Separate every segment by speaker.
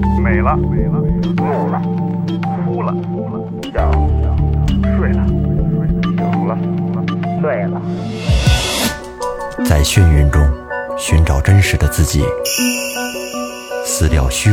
Speaker 1: 了，怒了，哭了，笑了，睡了，醒了，醉了。
Speaker 2: 在眩晕中寻找真实的自己，撕掉虚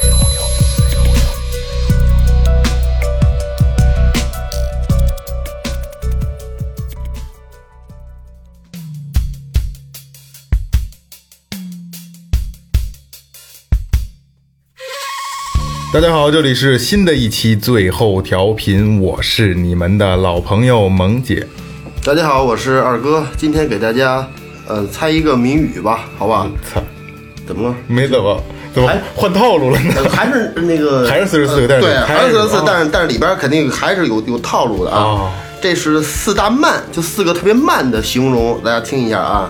Speaker 3: 大家好，这里是新的一期最后调频，我是你们的老朋友萌姐。
Speaker 4: 大家好，我是二哥，今天给大家呃猜一个谜语吧，好吧？
Speaker 3: 操，
Speaker 4: 怎么了？
Speaker 3: 没怎么怎么
Speaker 4: 还
Speaker 3: 换套路了呢？
Speaker 4: 呃还是那个，呃
Speaker 3: 还是44但是
Speaker 4: 对，
Speaker 3: 还
Speaker 4: 还
Speaker 3: 是
Speaker 4: 是四十四
Speaker 3: 哦，
Speaker 4: 但是但是里边肯定还是有有套路的啊。
Speaker 3: 哦
Speaker 4: 这是四大慢，就四个特别慢的形容，大家听一下啊。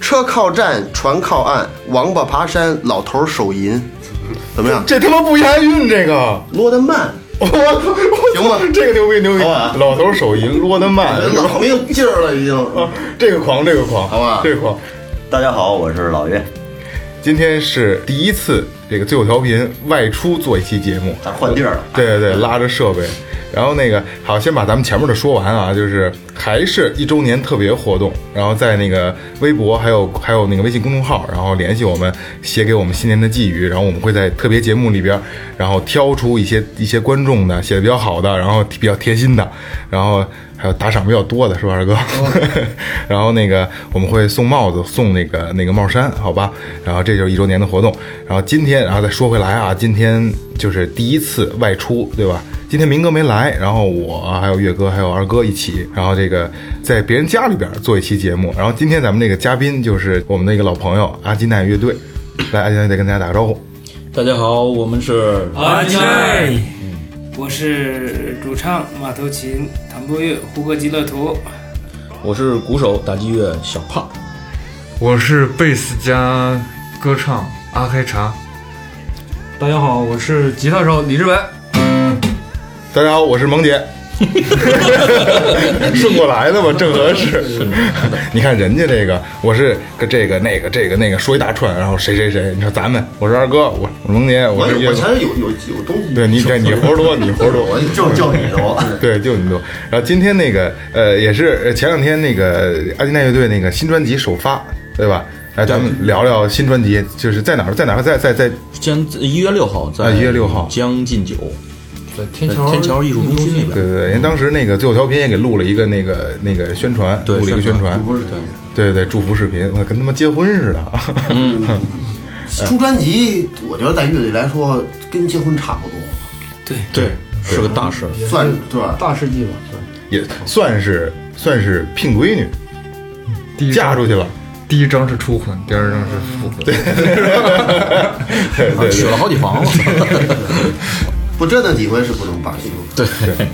Speaker 4: 车靠站，船靠岸，王八爬山，老头手淫，怎么样？
Speaker 3: 这他妈不押韵，这个。
Speaker 4: 落得慢，
Speaker 3: 我操！
Speaker 4: 行吧
Speaker 3: 这个牛逼牛逼！
Speaker 4: 好吧
Speaker 3: 老头啊手淫落得慢，是吧
Speaker 4: 老没有劲儿了已经。
Speaker 3: 这个狂，这个狂，
Speaker 4: 好吧
Speaker 3: 这个狂。
Speaker 5: 大家好，我是老岳，
Speaker 3: 今天是第一次这个最后调频外出做一期节目，
Speaker 5: 咱啊换地儿了。
Speaker 3: 对对对，拉着设备。然后那个好，先把咱们前面的说完啊，就是还是一周年特别活动，然后在那个微博还有还有那个微信公众号，然后联系我们，写给我们新年的寄语，然后我们会在特别节目里边，然后挑出一些一些观众的写的比较好的，然后比较贴心的，然后还有打赏比较多的，是吧，二哥？ 然后那个我们会送帽子，送那个那个帽衫，好吧？然后这就是一周年的活动。然后今天，然后再说回来啊，今天就是第一次外出，对吧？今天明哥没来，然后我还有岳哥还有二哥一起，然后这个在别人家里边做一期节目。然后今天咱们这个嘉宾就是我们的一个老朋友阿基奈乐队，来，阿基奈再跟大家打个招呼。
Speaker 6: 大家好，我们是
Speaker 7: 安奈，
Speaker 4: 嗯
Speaker 7: 我是主唱马头琴、弹拨乐、胡歌极乐图。
Speaker 6: 我是鼓手打击乐小胖，
Speaker 8: 我是贝斯加歌唱阿黑茶。大家好，我是吉他手李志文。
Speaker 3: 大家好，我是萌 姐。顺过来的吧，正合适。你看人家这个，我是个这个那个这个那个说一大串，然后谁谁谁，你说咱们，我是二哥，我我是萌姐，
Speaker 4: 我
Speaker 3: 我是岳
Speaker 4: 我
Speaker 3: 哥
Speaker 4: 前面有有有东西，
Speaker 3: 对你对你活儿多，你活儿多，
Speaker 4: 我就叫你的我。
Speaker 3: 对，就你多。然后今天那个呃，也是呃前两天那个阿金奈乐队那个新专辑首发，对吧？来，咱们聊聊新专辑，就是在哪儿，在哪儿，在在在
Speaker 9: 将呃一月六号
Speaker 3: 啊
Speaker 9: 在
Speaker 3: 1月6号
Speaker 9: 将近九
Speaker 8: 在天
Speaker 9: 在
Speaker 8: 桥
Speaker 9: 天桥艺术中心那边
Speaker 3: 对对呃对，因为当时那个最后调频也给录了一个那个那个宣传，
Speaker 9: 对
Speaker 3: 录了一个宣传，
Speaker 9: 不是对
Speaker 3: 对对，祝福视频，我跟他妈结婚似的。
Speaker 4: 出专辑，我觉得在乐队来说跟结婚差不多，
Speaker 9: 对是个大事儿，
Speaker 4: 算对吧？
Speaker 8: 大世纪吧，
Speaker 3: 也算是算是聘闺女，
Speaker 8: 第一
Speaker 3: 嫁出
Speaker 8: 张
Speaker 3: 去了。
Speaker 8: 第一张是初婚，第二张是复婚。
Speaker 3: 对对
Speaker 9: 娶
Speaker 3: 对
Speaker 9: 了好几房了。
Speaker 4: 不真的几回是不能把戏。对，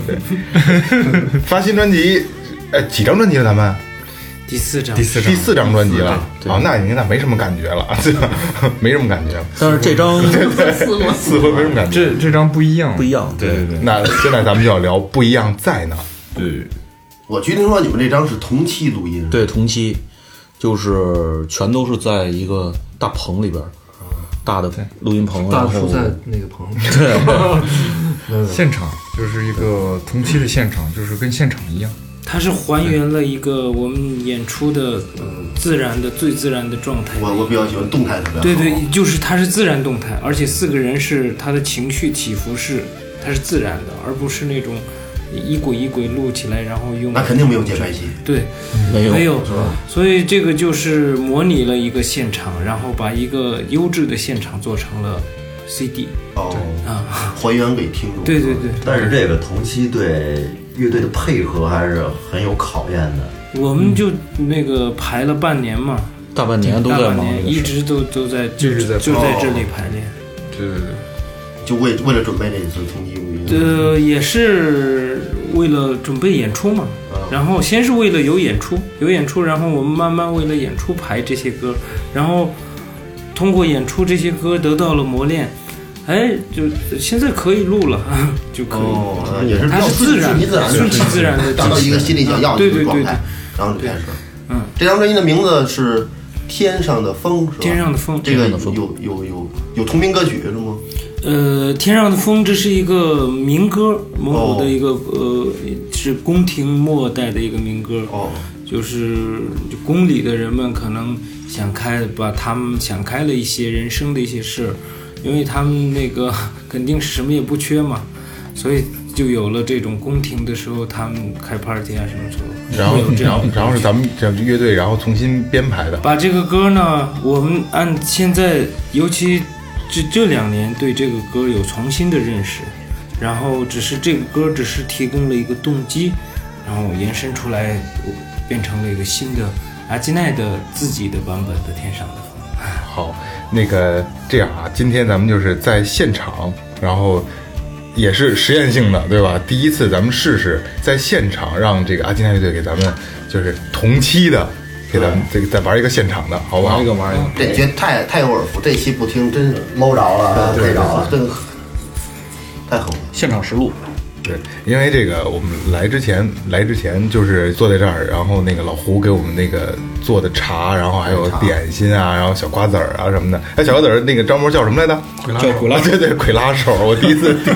Speaker 3: 对，发新专辑，哎，几张专辑了？咱们
Speaker 7: 第四张，
Speaker 3: 四第四张专辑了。啊，那你那没什么感觉了， 对吧没什么感觉了。
Speaker 9: 但是这张
Speaker 3: 四回没什么感觉。
Speaker 8: 这这张不一样，
Speaker 9: 不一样，对
Speaker 3: 对对。那现在咱们就要聊不一样在哪儿。
Speaker 4: 我听说你们这张是同期录音，
Speaker 9: 对同期就是全都是在一个大棚里边儿，大的录音棚，啊
Speaker 8: 大
Speaker 9: 然后
Speaker 8: 叔在那个棚，现场就是一个同期的现场，就是跟现场一样。
Speaker 7: 它是还原了一个我们演出的嗯自然的最自然的状态。
Speaker 4: 我我比较喜欢动态特别好。
Speaker 7: 对对，就是它是自然动态，而且四个人是他的情绪起伏是它是自然的，而不是那种一轨一轨录起来，然后用
Speaker 4: 那肯定没有节拍器。
Speaker 7: 对，
Speaker 9: 没有
Speaker 7: 没有，所以这个就是模拟了一个现场，然后把一个优质的现场做成了 CD
Speaker 4: 哦，
Speaker 7: 啊，
Speaker 4: 还原给听众。
Speaker 7: 对对对，
Speaker 10: 但是这个同期对乐队的配合还是很有考验的。
Speaker 7: 我们就那个排了半年嘛，
Speaker 9: 大半年都
Speaker 7: 大
Speaker 9: 在
Speaker 7: 半
Speaker 9: 忙
Speaker 7: 年
Speaker 9: 这个
Speaker 7: 一
Speaker 9: 事儿。
Speaker 7: 直都都在就
Speaker 8: 一直在
Speaker 7: 就在这里排练，
Speaker 8: 对对对，
Speaker 4: 就为为了准备这次同期录音。
Speaker 7: 呃，也是为了准备演出嘛，
Speaker 4: 啊，
Speaker 7: 然后先是为了有演出，有演出，然后我们慢慢为了演出排这些歌，然后通过演出这些歌得到了磨练，哎，就现在可以录了， 就可以录了，
Speaker 4: 哦也是
Speaker 7: 它是自然
Speaker 4: 自然嗯
Speaker 7: 顺其自然的
Speaker 4: 达到一个心里想要的
Speaker 7: 对
Speaker 4: 一个
Speaker 7: 对
Speaker 4: 状
Speaker 7: 对
Speaker 4: 态
Speaker 7: 对，，
Speaker 4: 然后就开始。
Speaker 7: 嗯，
Speaker 4: 这张专辑的名字是《天上的风》，是吧？
Speaker 7: 天上的风
Speaker 4: 这个有有有有有同名歌曲是吗？
Speaker 7: 呃，《天上的风》这是一个民歌，蒙古
Speaker 4: 哦
Speaker 7: 的一个、呃，是宫廷末代的一个民歌。
Speaker 4: 哦，
Speaker 7: 就是就宫里的人们可能想开，把他们想开了一些人生的一些事儿，因为他们那个 肯定是什么也不缺嘛，所以就有了这种宫廷的时候，他们开 party 啊什么时候，
Speaker 3: 然后
Speaker 7: 会有这
Speaker 3: 然
Speaker 7: 样
Speaker 3: 后
Speaker 7: 的
Speaker 3: 然后
Speaker 7: 东
Speaker 3: 是
Speaker 7: 西
Speaker 3: 咱们这乐队，然后重新编排的。
Speaker 7: 把这个歌呢，我们按现在，尤其这这两年对这个歌有重新的认识，然后只是这个歌只是提供了一个动机，然后延伸出来，变成了一个新的阿基奈的自己的版本的《天上的风》。
Speaker 3: 好，那个这样啊，今天咱们就是在现场，然后也是实验性的，对吧？第一次咱们试试在现场让这个阿金泰乐队给咱们就是同期的，给咱们这个再玩一个现场的，好不好？玩一个玩一个
Speaker 4: 这绝太太有耳福，这期不听真是
Speaker 10: 搂着了
Speaker 4: 对
Speaker 10: 逮着了
Speaker 4: 真太狠了。
Speaker 3: 现场实录。对，因为这个我们来之前，来之前就是坐在这儿，然后那个老胡给我们那个做的茶，然后还有点心啊，然后小瓜子儿啊什么的。哎，小瓜子儿那个张博叫什么来着？鬼
Speaker 7: 拉手叫鬼拉
Speaker 3: 对对，鬼拉
Speaker 7: 手
Speaker 3: 手，我第一次 听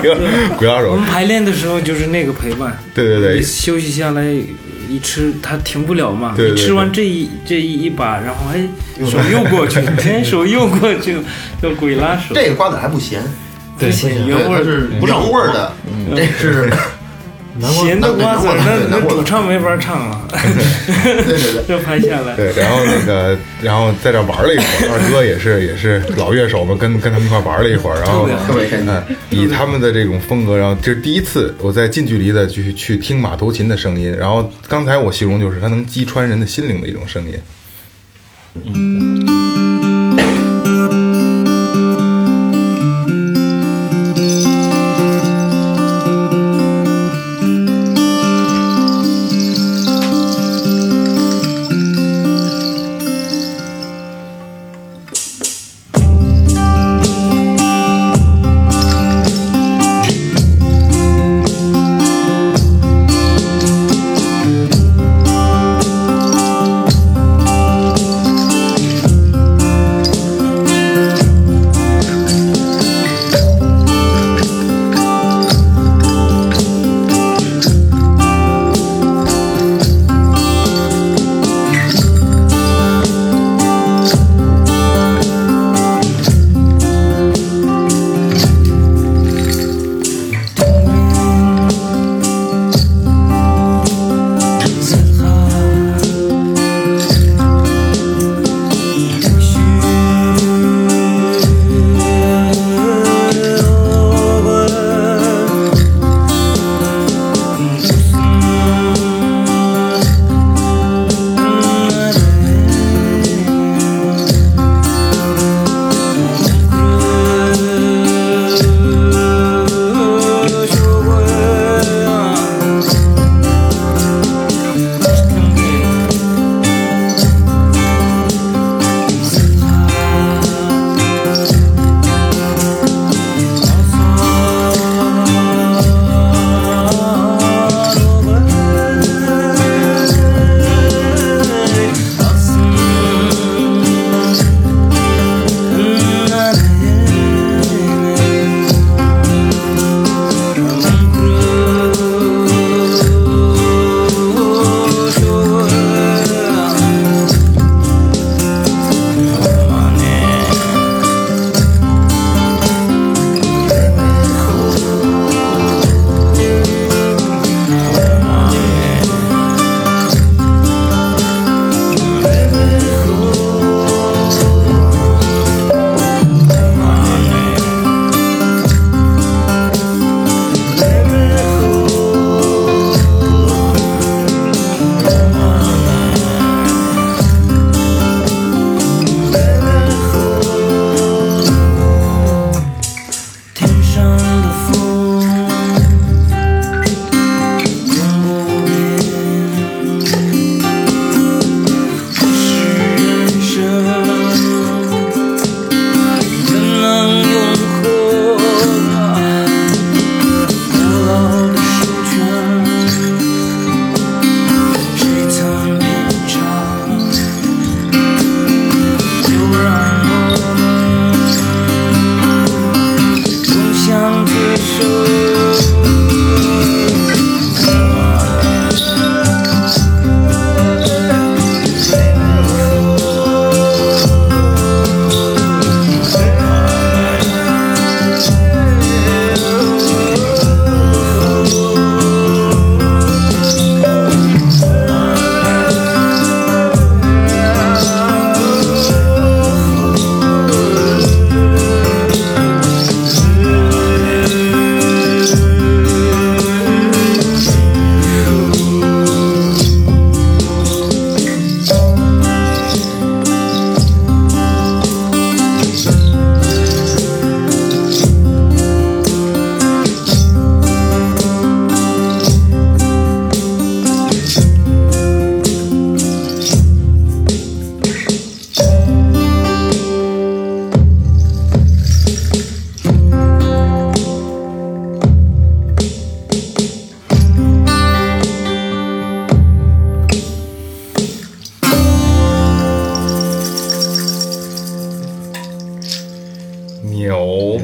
Speaker 3: 鬼拉
Speaker 7: 我
Speaker 3: 手
Speaker 7: 们。排练的时候就是那个陪伴，
Speaker 3: 对对对
Speaker 7: 你，休息下来一吃，它停不了嘛。
Speaker 3: 对对对
Speaker 7: 你吃完这一这一一把，然后哎
Speaker 4: 又
Speaker 7: 手又 过去，哎手又过去，叫鬼拉手。
Speaker 4: 这个瓜子还不咸，啊
Speaker 7: 不咸原味儿
Speaker 4: 它是不上味儿的，
Speaker 7: 嗯
Speaker 4: 这 是
Speaker 7: 咸的瓜子儿，
Speaker 4: 南瓜
Speaker 7: 那那
Speaker 4: 瓜
Speaker 7: 主唱没法唱啊 了，这拍下来。
Speaker 3: 对，然后那个， 然后在这玩了一会儿，二哥也是也是老乐手嘛，跟跟他们一块玩了一会儿，然后
Speaker 4: 特别开心
Speaker 3: 嗯以他们的这种风格，然后这是第一次我在近距离的去去听马头琴的声音，然后刚才我形容就是它能击穿人的心灵的一种声音。
Speaker 11: Thank you.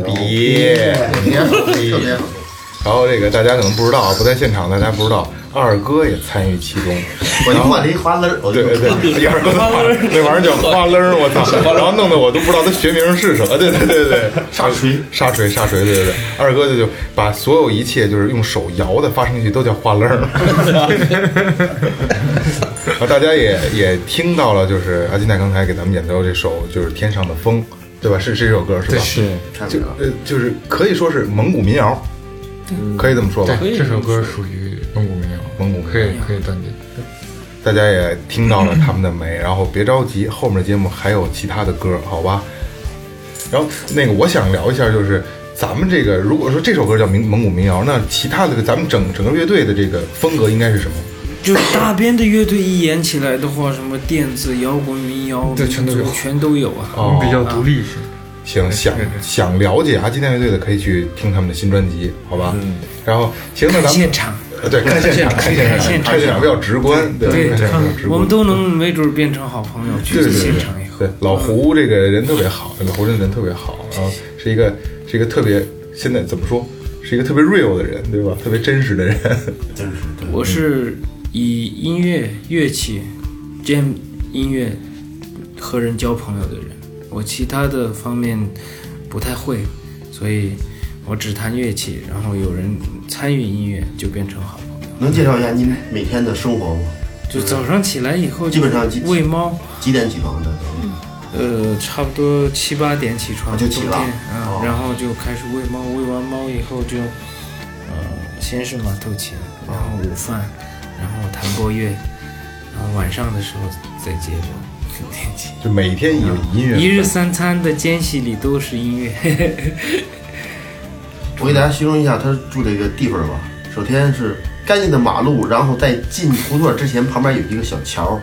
Speaker 7: 啊
Speaker 3: 耶，特别好。然后这个大家可能不知道，不在现场，大家不知道，二哥也参与其中。
Speaker 10: 我就换了
Speaker 3: 一
Speaker 10: 花楞儿，
Speaker 3: 对对 对，二哥的花那玩意儿叫花楞儿，我操！然后弄得我都不知道它学名是什么。对对对对， 沙锤，沙锤，沙锤，对对对。二哥就就把所有一切就是用手摇的发声器都叫花楞儿。 然后大家也也听到了，就是阿金娜刚才给咱们演奏这首就是《天上的风》，对吧？是是这首歌是吧？
Speaker 8: 对是
Speaker 10: 太
Speaker 3: 就呃就是可以说是蒙古民谣，可以这么说吧？
Speaker 8: 对，这首歌属于蒙古民谣，
Speaker 3: 蒙古
Speaker 8: 可以可以断定。
Speaker 3: 大家也听到了他们的美，然后别着急，后面的节目还有其他的歌，好吧？然后那个我想聊一下，就是咱们这个如果说这首歌叫民蒙古民谣，那其他的咱们整整个乐队的这个风格应该是什么？
Speaker 7: 就是大边的乐队一演起来的话，什么电子、摇滚、民谣、
Speaker 3: 对
Speaker 7: 民
Speaker 3: 全都有
Speaker 7: 族全都有啊。
Speaker 3: 哦比较独
Speaker 8: 立一些。
Speaker 3: 行，想想了解阿基奈乐队的可以去听他们的新专辑，好吧？嗯。然后行，那咱们
Speaker 7: 看现场
Speaker 3: 呃对，看现场，看
Speaker 7: 看现
Speaker 3: 现场，看
Speaker 7: 场看现场
Speaker 3: 现场比较直观，
Speaker 7: 对，
Speaker 3: 看现
Speaker 7: 看
Speaker 3: 场比较直
Speaker 7: 我
Speaker 3: 观
Speaker 7: 们。都能没准变成好朋友，去
Speaker 3: 对对
Speaker 7: 现
Speaker 3: 对
Speaker 7: 场以后。嗯
Speaker 3: 对，老胡这个人特别好，老胡这个人特别好，然后是一个是一个特别现在怎么说，是一个特别 real 的人，对吧？特别真实的人。 真实。
Speaker 7: 我是以音乐、乐器、jam 音乐和人交朋友的人，我其他的方面不太会，所以我只弹乐器，然后有人参与音乐就变成好朋友。
Speaker 4: 能介绍一下您每天的生活吗？
Speaker 7: 就早上起来以后，
Speaker 4: 基本上几
Speaker 7: 喂猫，
Speaker 4: 几点起床的？
Speaker 7: 呃，差不多七八点起床，
Speaker 4: 就起了哦
Speaker 7: 冬天啊，然后就开始喂猫，喂完猫以后就，呃，先是马头琴，然后午饭，然后弹拨乐，然后晚上的时候再接着练琴。
Speaker 3: 就每天有音乐，
Speaker 7: 一日三餐的间隙里都是音乐，
Speaker 4: 我给大家形容一下他住这个地方吧。首先是干净的马路，然后在进胡同之前，旁边有一个小桥，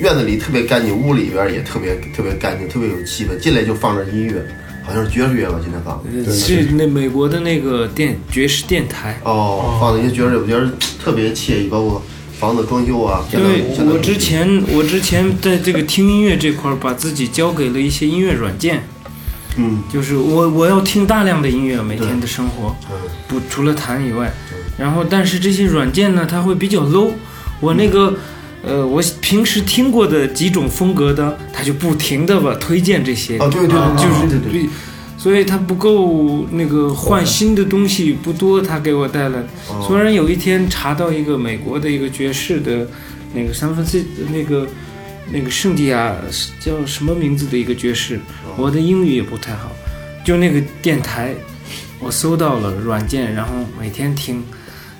Speaker 4: 院子里特别干净，屋里边也特别特别干净，特别有气氛。进来就放着音乐，好像是爵士乐吧，今天放的
Speaker 7: 是那美国的那个电爵士电台。
Speaker 4: 哦，放的一些爵士乐，我觉得特别惬意，包括房子装修啊。相当
Speaker 7: 对，
Speaker 4: 相当
Speaker 7: 我之前我之前在这个听音乐这块儿，把自己交给了一些音乐软件。
Speaker 4: 嗯，
Speaker 7: 就是我我要听大量的音乐，每天的生活，不除了弹以外，然后但是这些软件呢，它会比较 low。我那
Speaker 4: 嗯
Speaker 7: 个，呃，我平时听过的几种风格的，它就不停的吧推荐这些。
Speaker 4: 啊对对对
Speaker 7: 啊
Speaker 4: 对
Speaker 7: 就是
Speaker 4: 对对对
Speaker 7: 所以它不够那个换新的东西不多，它给我带来。
Speaker 3: 哦
Speaker 4: 哦
Speaker 7: 虽然有一天查到一个美国的一个爵士的，那个三分之那个那个圣地亚是叫什么名字的一个爵士，
Speaker 3: 哦
Speaker 7: 我的英语也不太好，就那个电台，我搜到了软件，然后每天听，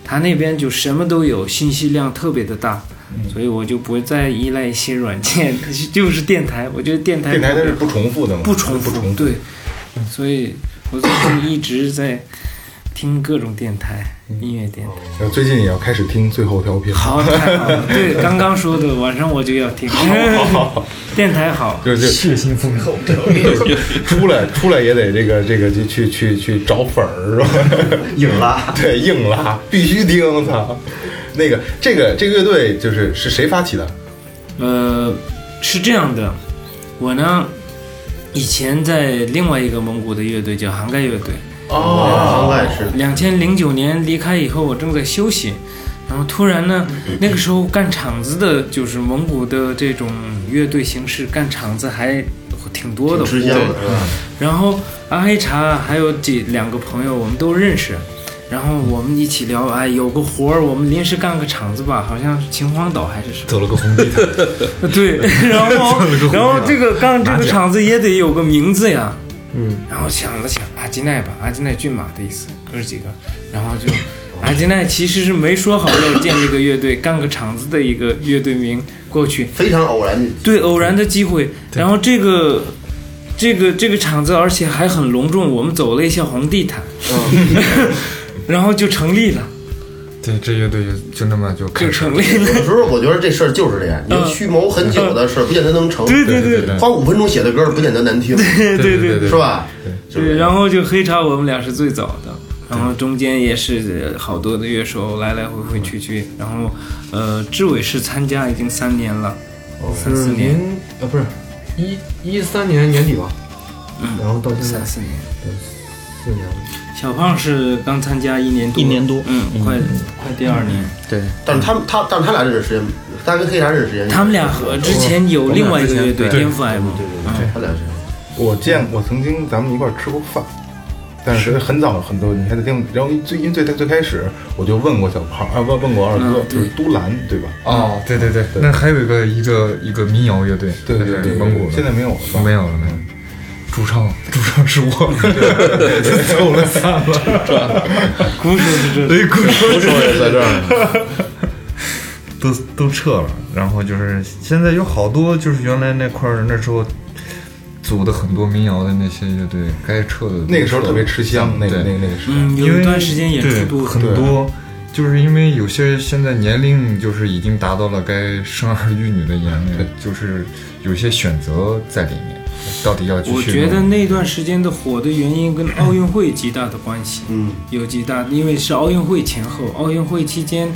Speaker 7: 他那边就什么都有，信息量特别的大。
Speaker 3: 嗯
Speaker 7: 所以我就不再依赖一些软件， 就是电台。我觉得电台
Speaker 3: 电台它是不重复的嘛，
Speaker 7: 不重复，
Speaker 3: 不重复嗯
Speaker 7: 对。所以我最近一直在听各种电台，
Speaker 3: 嗯
Speaker 7: 音乐电台。
Speaker 3: 然后最近也要开始听最后调频。
Speaker 7: 好，太好了！对，刚刚说的，晚上我就要听。电台好，
Speaker 3: 就是
Speaker 8: 血腥风口，
Speaker 3: 出来出来也得这个这个去去去去找粉儿是吧？硬拉， 对，硬拉，必须听，操！那个这个这个乐队就是是谁发起的？
Speaker 7: 呃，是这样的，我呢以前在另外一个蒙古的乐队叫杭盖乐队。
Speaker 4: 哦杭盖是
Speaker 7: 两千零九年离开以后，我正在休息，然后突然呢，那个时候干场子的，就是蒙古的这种乐队形式，干场子还挺多的，
Speaker 4: 挺吃香的
Speaker 7: 对
Speaker 4: 嗯
Speaker 7: 然后阿黑茶还有几两个朋友，我们都认识。然后我们一起聊，哎，有个活儿，我们临时干个场子吧，好像是秦皇岛还是什么。
Speaker 8: 走了个红地毯，
Speaker 7: 对，然后
Speaker 8: 做了个红
Speaker 7: 然后
Speaker 8: 毯
Speaker 7: 这个刚这
Speaker 8: 拿
Speaker 7: 个
Speaker 8: 奖
Speaker 7: 场子也得有个名字呀。
Speaker 8: 嗯，
Speaker 7: 然后想了想，阿基奈吧，阿基奈骏马的意思，哥儿几个，然后就 阿基奈其实是没说好要建一个乐队，干个场子的一个乐队名过去，
Speaker 4: 非常偶然的，
Speaker 7: 对偶然的机会，然后这个。这个这个场子，而且还很隆重，我们走了一下红地毯， 然后就成立了。
Speaker 8: 对，这乐队就就那么就开始
Speaker 4: 有的时候我觉得这事儿就是这样，你
Speaker 8: 嗯
Speaker 4: 蓄谋很久的事儿不见得能成，
Speaker 7: 对对对对对
Speaker 4: 花五分钟写的歌儿不见得难听，
Speaker 7: 对对对对
Speaker 4: 是吧？
Speaker 7: 对，然后就黑茶，我们俩是最早的，然后中间也是呃好多的乐手来来回回去去，然后呃，志伟是参加已经三年了，三四年，
Speaker 11: 零呃不是一一三年年底吧，然后到现在
Speaker 7: 三四年，
Speaker 11: 对，
Speaker 4: 四年了。
Speaker 7: 小胖是刚参加一年多，
Speaker 4: 一年多
Speaker 7: 嗯，
Speaker 4: 嗯
Speaker 7: 快快第二年。
Speaker 9: 嗯
Speaker 6: 对，
Speaker 4: 但是他们他但是他俩认识时间，他跟黑侠认识时间，
Speaker 7: 他们俩和之前有另外一个乐
Speaker 3: 对
Speaker 7: 队颠覆 M，
Speaker 3: 对
Speaker 4: 对对，他俩是。
Speaker 3: 我见我曾经咱们一块儿吃过饭，但是很早很多，你还在听。然后最因为最最开始我就问过小胖，啊问问过二哥
Speaker 8: 嗯，
Speaker 3: 就是都兰对吧？
Speaker 8: 哦，对对对，那还有一个一个一个民谣乐队，
Speaker 3: 对对对对
Speaker 8: 蒙古的，
Speaker 3: 现在没有了吧
Speaker 8: 没有了，没有了。主唱，主唱是我，走了，散了。
Speaker 7: 鼓手是
Speaker 8: 这，哎，鼓手
Speaker 3: 鼓手也在这儿，
Speaker 8: 都都撤了。然后就是现在有好多，就是原来那块儿那时候组的很多民谣的那些乐队，该撤的都撤了
Speaker 3: 那个时候特别吃香那个
Speaker 8: 对
Speaker 3: 那个那个时代
Speaker 7: 嗯有
Speaker 8: 因为
Speaker 7: 一段时间演出
Speaker 8: 对
Speaker 7: 度
Speaker 8: 很
Speaker 7: 对
Speaker 8: 多。就是因为有些现在年龄就是已经达到了该生儿育女的年
Speaker 7: 嗯
Speaker 8: 龄，就是有些选择在里面，到底要继续。
Speaker 7: 我觉得那段时间的火的原因跟奥运会极大的关系，嗯，有极大，因为是奥运会前后，奥运会期间，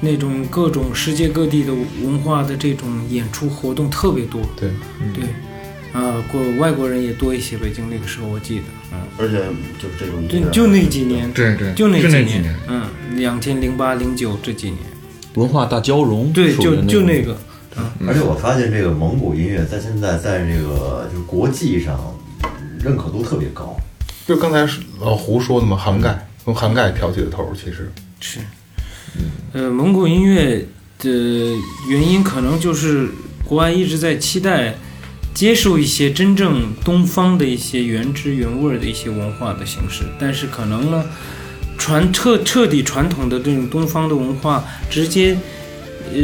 Speaker 7: 那种各种世界各地的文化的这种演出活动特别多，
Speaker 3: 对，
Speaker 7: 对，啊，国外国人也多一些，北京那个时候我记得，嗯，
Speaker 4: 而且就是这种
Speaker 7: 对，就那几年，
Speaker 8: 对对
Speaker 7: 就那
Speaker 8: 就那几
Speaker 7: 年
Speaker 8: 年，
Speaker 7: 嗯，两千零八零九这几年，
Speaker 9: 文化大交融，
Speaker 7: 对，
Speaker 9: 属于
Speaker 7: 就就那个，
Speaker 10: 而且我发现这个蒙古音乐在现在在这个就是国际上认可度特别高，
Speaker 3: 就刚才老胡说的嘛，涵盖从涵盖挑起的头儿，其实。
Speaker 7: 是，呃，蒙古音乐的原因可能就是国外一直在期待接受一些真正东方的一些原汁原味儿的一些文化的形式，但是可能呢，传彻彻底传统的这种东方的文化，直接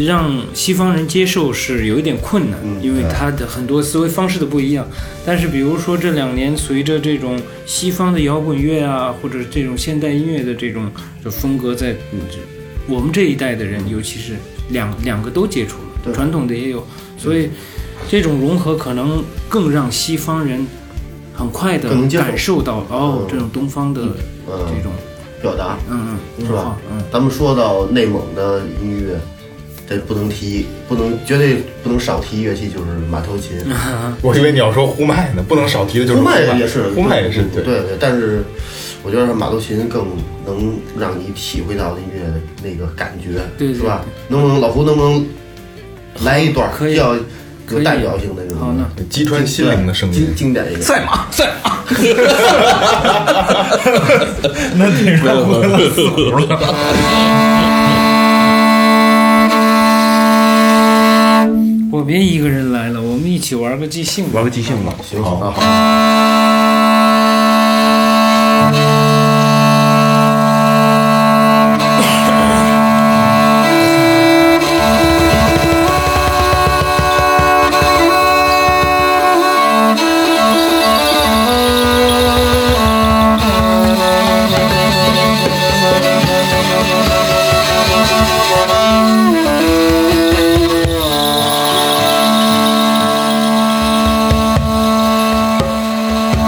Speaker 7: 让西方人接受是有一点困难，
Speaker 4: 嗯
Speaker 7: 因为他的很多思维方式的不一样。但是比如说这两年随着这种西方的摇滚乐啊，或者这种现代音乐的这种就风格在，嗯我们这一代的人，尤其是两两个都接触了，传统的也有，所以这种融合可能更让西方人很快的
Speaker 4: 更能接受嗯
Speaker 7: 感受到哦，这种东方的
Speaker 4: 呃
Speaker 7: 这种
Speaker 4: 表达，
Speaker 7: 嗯嗯，
Speaker 4: 是
Speaker 7: 文
Speaker 4: 吧
Speaker 7: 化？嗯，
Speaker 4: 咱们说到内蒙的音乐，这不能提，不能绝对不能少提乐器，就是马头琴
Speaker 7: 嗯
Speaker 3: 我以为你要说呼麦呢，不能少提的就是
Speaker 4: 呼麦
Speaker 3: 呼麦
Speaker 4: 也是，
Speaker 3: 呼麦也是
Speaker 4: 对
Speaker 3: 对
Speaker 4: 对。但是我觉得马头琴更能让你体会到音乐的那个感觉，
Speaker 7: 对对
Speaker 4: 是吧？能不能老胡能不能来一段比较
Speaker 7: 可
Speaker 4: 有
Speaker 7: 以
Speaker 4: 代表性的这种？
Speaker 7: 好呢
Speaker 3: 击穿心灵的声音，
Speaker 4: 经经典一个。
Speaker 9: 赛马，赛马。
Speaker 8: 那挺让我乐死
Speaker 7: 我别一个人来了，我们一起玩个即兴吧，玩
Speaker 9: 个即兴吧，
Speaker 4: 行好，好。
Speaker 1: 啊。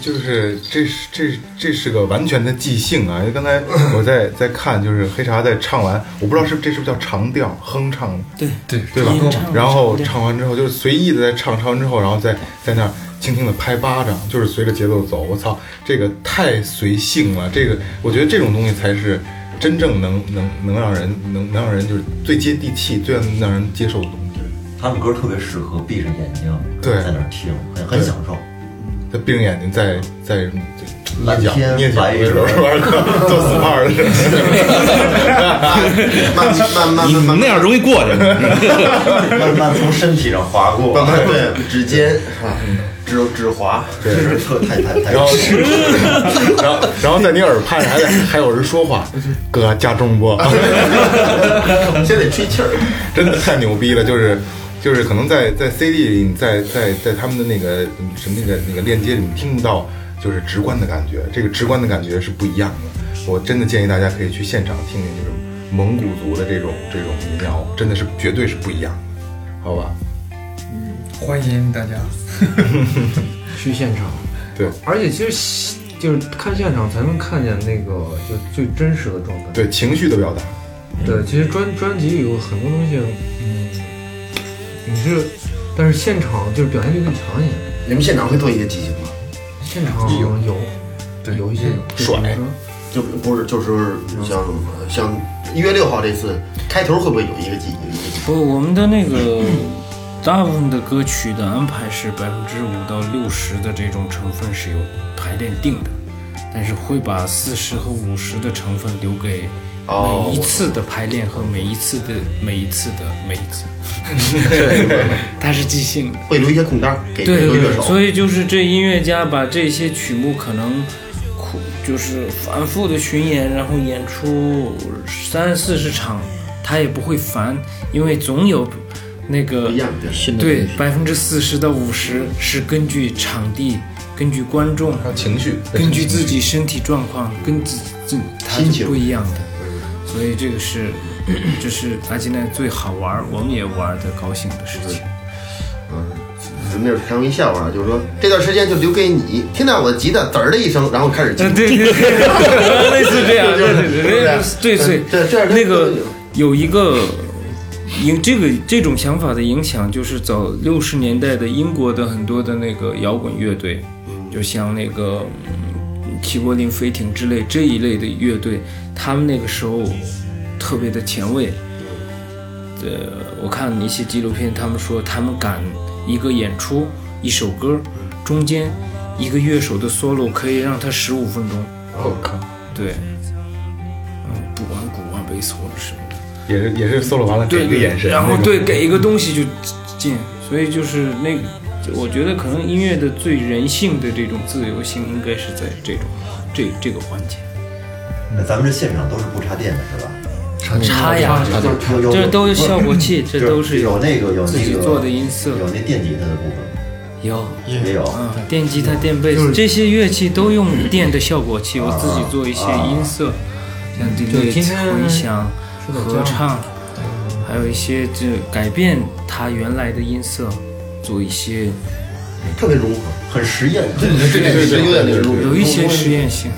Speaker 3: 就是这是这是这是个完全的即兴啊！因为刚才我在在看，就是黑茶在唱完，我不知道是这是不是叫长调哼唱的，
Speaker 7: 对
Speaker 3: 对对吧
Speaker 11: 嗯
Speaker 7: 哼唱？
Speaker 3: 然后
Speaker 7: 长调
Speaker 3: 唱完之后就是随意的在唱，唱完之后然后再在那儿轻轻的拍巴掌，就是随着节奏走。我操，这个太随性了！这个我觉得这种东西才是真正能能能让人能能让人就是最接地气、最让人接受的东西。
Speaker 10: 他们歌特别适合闭上眼睛，
Speaker 3: 对
Speaker 10: 在那儿听，很很享受。
Speaker 3: 他闭上眼睛在在捏
Speaker 10: 蓝
Speaker 3: 脚
Speaker 10: 天
Speaker 3: 捏脚
Speaker 10: 白
Speaker 3: 的时候，
Speaker 10: 云
Speaker 3: 玩儿做 SPA 的时候，
Speaker 4: 慢慢慢
Speaker 9: 你那样容易过去。
Speaker 10: 慢慢从身体上划过，
Speaker 4: 慢慢对指尖啊，指指滑，
Speaker 3: 对
Speaker 4: 特太太太
Speaker 3: 然后， 然后，然后在你耳畔还在还有人说话，哥加重不？
Speaker 4: 先得吹气儿。
Speaker 3: 真的太牛逼了，就是就是可能在在 CD 里，你在在在他们的那个嗯什么那个那个链接里，你听不到就是直观的感觉，这个直观的感觉是不一样的。我真的建议大家可以去现场听听，就是蒙古族的这种这种民谣，真的是绝对是不一样的，好吧？
Speaker 11: 欢迎大家 去现场。
Speaker 3: 对，
Speaker 11: 而且其实就是看现场才能看见那个就最真实的状态。
Speaker 3: 对情绪的表达，
Speaker 11: 对，其实专专辑有很多东西，嗯，你是，但是现场就是表现力更强一点。
Speaker 4: 你们现场会做一些即兴吗？
Speaker 11: 现场有有，对，有一些
Speaker 4: 甩，就不是就是像像一月六号这次开头会不会有一个即兴？
Speaker 7: 不，我们的那个大部分的歌曲的安排是百分之五到六十的这种成分是由排练定的，但是会把四十和五十的成分留给
Speaker 4: 哦。
Speaker 7: 每一次的排练和每一次的每一次的每一次 它是即兴的，
Speaker 4: 会留一些空档给
Speaker 7: 对
Speaker 4: 每个
Speaker 7: 对
Speaker 4: 乐
Speaker 7: 对，
Speaker 4: 手。
Speaker 7: 所以就是这音乐家把这些曲目可能苦就是反复的巡演，然后演出三四十场，他也不会烦，因为总有那个对百分之四十到五十是根据场地。根据观众
Speaker 3: 情绪，
Speaker 7: 根据自己身体状况，跟自自他
Speaker 4: 心
Speaker 7: 是
Speaker 4: 情嗯
Speaker 7: 不一样的，所以这个是， 这是阿基奈最好玩儿，我们也玩的高兴的事情。
Speaker 4: 嗯，那是开玩笑啊，就是说这段时间就留给你。听到我的吉他滋儿的一声，然后开始
Speaker 7: 对对对，类似这样，对对对，对对
Speaker 4: 这这
Speaker 7: 那个有一个影这个这种想法的影响，就是早六十年代的英国的很多的那个摇滚乐队，就像那个嗯齐柏林飞艇之类这一类的乐队，他们那个时候特别的前卫。呃，我看一些纪录片，他们说他们敢一个演出一首歌，中间一个乐手的 solo 可以让他十五分钟。
Speaker 3: 我靠！
Speaker 7: 对，嗯，不玩鼓，玩贝斯或者什么的。
Speaker 3: 也是也是 solo 完了给
Speaker 7: 对
Speaker 3: 一个
Speaker 7: 对
Speaker 3: 眼神，
Speaker 7: 然后
Speaker 3: 那种
Speaker 7: 对给一个东西就进，所以就是那个，我觉得可能音乐的最人性的这种自由性，应该是在这种这这个环节。
Speaker 10: 那咱们这现场都是不插电的，是吧？
Speaker 7: 插呀，这都是效果器，这都是
Speaker 10: 有那个有
Speaker 7: 自己做的音色，
Speaker 10: 有那电吉他的部分，
Speaker 7: 有
Speaker 10: 也有
Speaker 7: 啊，电吉他、电贝斯这些乐器都用电的效果器，我自己做一些音色，像
Speaker 11: 啊就今
Speaker 7: delay
Speaker 11: 天
Speaker 7: 回响、
Speaker 11: 是的
Speaker 7: 合唱，还有一些这改变它原来的音色，做一些
Speaker 4: 特别融合，
Speaker 10: 很实验，
Speaker 3: 对对对对对
Speaker 4: 有点那个融合
Speaker 7: 有一些实验性。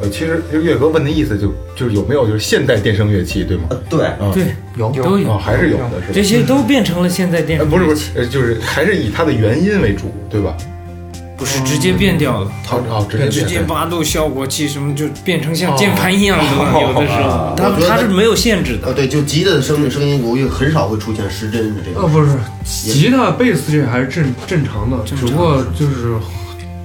Speaker 3: 呃，其实就岳哥问的意思就就是有没有就是现代电声乐器，对吗？
Speaker 10: 对
Speaker 7: 对，
Speaker 3: 哦有
Speaker 7: 都有
Speaker 3: 哦还是有的，是吧？
Speaker 7: 这些都变成了现在电
Speaker 3: 呃
Speaker 7: 声
Speaker 3: 不是不是，呃就是还是以它的原因为主，对吧？
Speaker 7: 不是直接变掉了，
Speaker 3: 好好哦直接变
Speaker 7: 直接八度效果器什么就变成像键盘一样的了，
Speaker 4: 哦
Speaker 7: 有的时候
Speaker 3: 啊
Speaker 4: 哦
Speaker 7: 它
Speaker 4: 我觉得
Speaker 7: 它是没有限制
Speaker 4: 的。呃，对，就吉他的声声音，我也很少会出现失真是这样。
Speaker 8: 哦
Speaker 11: 呃，不是，吉他、贝斯这还是正正常的，只不过就是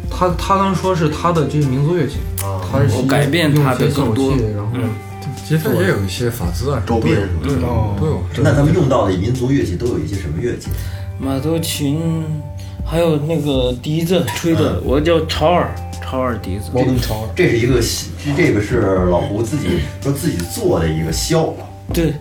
Speaker 11: 他他刚说是他的这个民族乐器，
Speaker 8: 啊
Speaker 11: 他是
Speaker 7: 我改变
Speaker 11: 用
Speaker 7: 他
Speaker 11: 一些
Speaker 7: 的
Speaker 11: 效
Speaker 7: 更
Speaker 11: 果
Speaker 7: 多嗯
Speaker 11: 器，然后
Speaker 10: 吉他也有
Speaker 11: 一些法
Speaker 10: 子啊
Speaker 4: 嗯
Speaker 11: 周边什么的都有
Speaker 10: 那咱们用到的民族乐器都有一些什么乐器？
Speaker 7: 马头琴，还有那个笛子吹的，
Speaker 3: 嗯
Speaker 7: 我叫潮耳，潮耳笛子。
Speaker 10: 这是一个西这这个是老胡自己说自己做的一个箫，
Speaker 7: 对，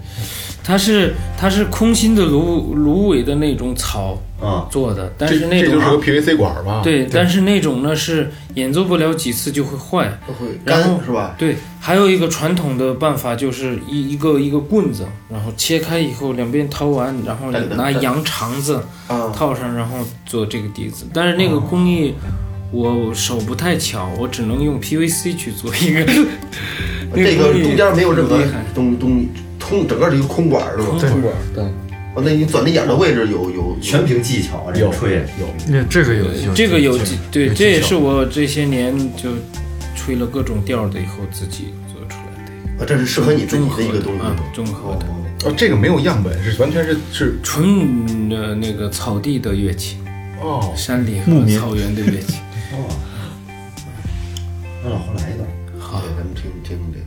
Speaker 7: 它是它是空心的芦芦苇的那种草
Speaker 10: 啊
Speaker 7: 做的，但是
Speaker 3: 这
Speaker 7: 那种啊
Speaker 3: 这就是个 PVC 管儿吧
Speaker 7: 对，
Speaker 3: 对
Speaker 7: 但是那种呢是演奏不了几次就会坏，
Speaker 4: 会
Speaker 7: 嗯然后
Speaker 4: 嗯干是吧？
Speaker 7: 对，还有一个传统的办法就是一一个一个棍子，然后切开以后两边掏完，然后
Speaker 4: 等等啊
Speaker 7: 拿
Speaker 4: 等。
Speaker 7: 羊肠子套上，然后做这个笛子。但是那个工艺我手不太巧，我只能用 PVC 去做一个
Speaker 4: 这
Speaker 7: 个
Speaker 4: 个
Speaker 7: 东西
Speaker 4: 中间没有任何
Speaker 7: 厉害
Speaker 4: 东东通，整个是一个空管儿是吧？
Speaker 8: 空管，
Speaker 4: 对。哦，那你转的眼的位置有有全凭技
Speaker 10: 啊
Speaker 4: 巧，这吹有
Speaker 8: 那这个有
Speaker 7: 这个有技，对，这也是
Speaker 4: 我
Speaker 7: 我这些年就吹了各种调儿的以后自己做出来的。
Speaker 4: 啊，这是适合你自己的一个东西，
Speaker 7: 综合的。
Speaker 3: 哦，这个没有样本，是完全是是
Speaker 7: 纯的那个草地的乐器，
Speaker 3: 哦，
Speaker 7: 山里
Speaker 3: 牧
Speaker 7: 和
Speaker 3: 民
Speaker 7: 草原的乐器。
Speaker 4: 哦，那老胡来一段，好，哦咱们听听听这个。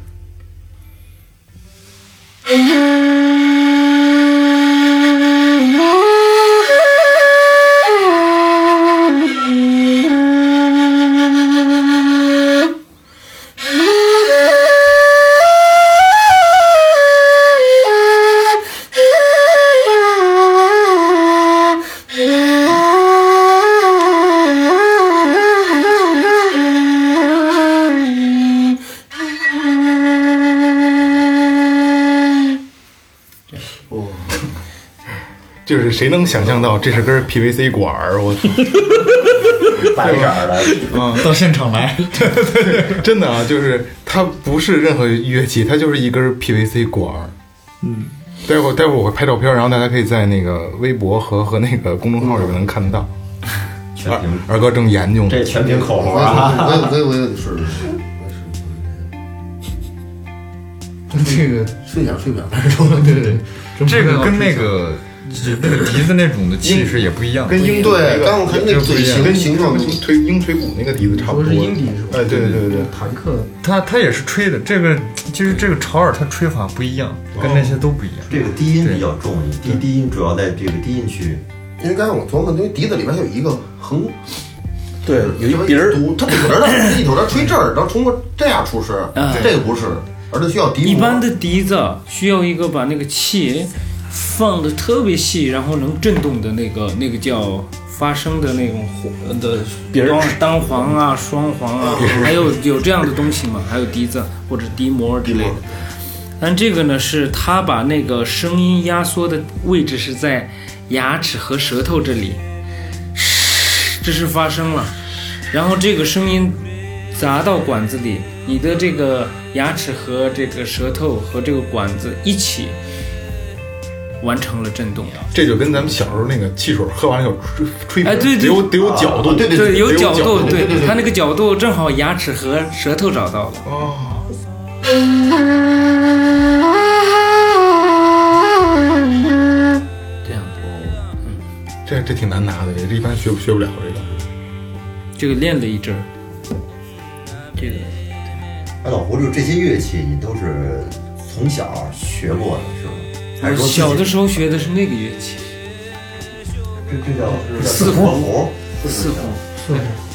Speaker 3: 就是谁能想象到这是根 PVC 管儿？我操！
Speaker 10: 白色儿的，
Speaker 3: 嗯，
Speaker 8: 到现场来，
Speaker 3: 对对对， 真的啊，就是它不是任何乐器，它就是一根 PVC 管儿。
Speaker 8: 嗯，
Speaker 3: 待会儿待会儿我会拍照片，然后大家可以在那个微博 和和那个公众号里面能看到。二二哥正研究呢，
Speaker 10: 这全凭口活
Speaker 4: 我也
Speaker 10: 啊！
Speaker 4: 我也我也得试试。
Speaker 11: 这个
Speaker 4: 睡点睡点，
Speaker 8: 对对，
Speaker 11: 真不
Speaker 8: 这
Speaker 11: 知道
Speaker 8: 个跟那
Speaker 11: 是
Speaker 8: 个那个笛子那种的气势也不一样，
Speaker 3: 跟鹰
Speaker 4: 对刚我看那个嘴型
Speaker 3: 跟
Speaker 4: 形状
Speaker 3: 跟推鹰腿骨那个笛子差不多。
Speaker 8: 说是鹰笛是吧
Speaker 3: 哎，对对对对，
Speaker 11: 坦克
Speaker 8: 他他也是吹的，这个其实这个潮尔他吹法不一样，
Speaker 11: 哦
Speaker 8: 跟那些都不一样。
Speaker 10: 这个低音比较重一低低音主要在这个低音区。
Speaker 4: 因为刚才我琢磨，因为笛子里面还有一个横，
Speaker 9: 对，
Speaker 4: 有一鼻儿，它不可能让一头儿吹这儿，然后通过这样出声
Speaker 7: 嗯，
Speaker 4: 这个不是，而是需要笛
Speaker 7: 一
Speaker 4: 母。
Speaker 7: 般的笛子啊需要一个把那个气放的特别细，然后能震动的那个那个叫发声的那种簧的双单簧啊、双簧 啊，还有有这样的东西吗？还有笛子或者笛膜之类的。但这个呢，是它把那个声音压缩的位置是在牙齿和舌头这里，这是发声了。然后这个声音砸到管子里，你的这个牙齿和这个舌头和这个管子一起完成了震动。
Speaker 3: 这就跟咱们小时候那个汽水喝完了有吹吹
Speaker 7: 哎，对对，
Speaker 3: 得有得有角
Speaker 8: 啊
Speaker 3: 度，
Speaker 7: 对
Speaker 3: 得
Speaker 7: 有角
Speaker 3: 角
Speaker 7: 度，
Speaker 3: 对
Speaker 7: 它那个角度正好牙齿和舌头找到了。
Speaker 3: 哦，这这挺难拿的，也是一般学不学不了这个。
Speaker 7: 这个练了一阵儿，这个
Speaker 10: 哎，老胡，就这些乐器你都是从小学过的是吗？还是
Speaker 7: 我
Speaker 10: 说
Speaker 7: 小的
Speaker 10: 时
Speaker 7: 时候学的是那个乐器，
Speaker 10: 这这叫这叫
Speaker 7: 四
Speaker 10: 什么胡
Speaker 7: 胡，四胡，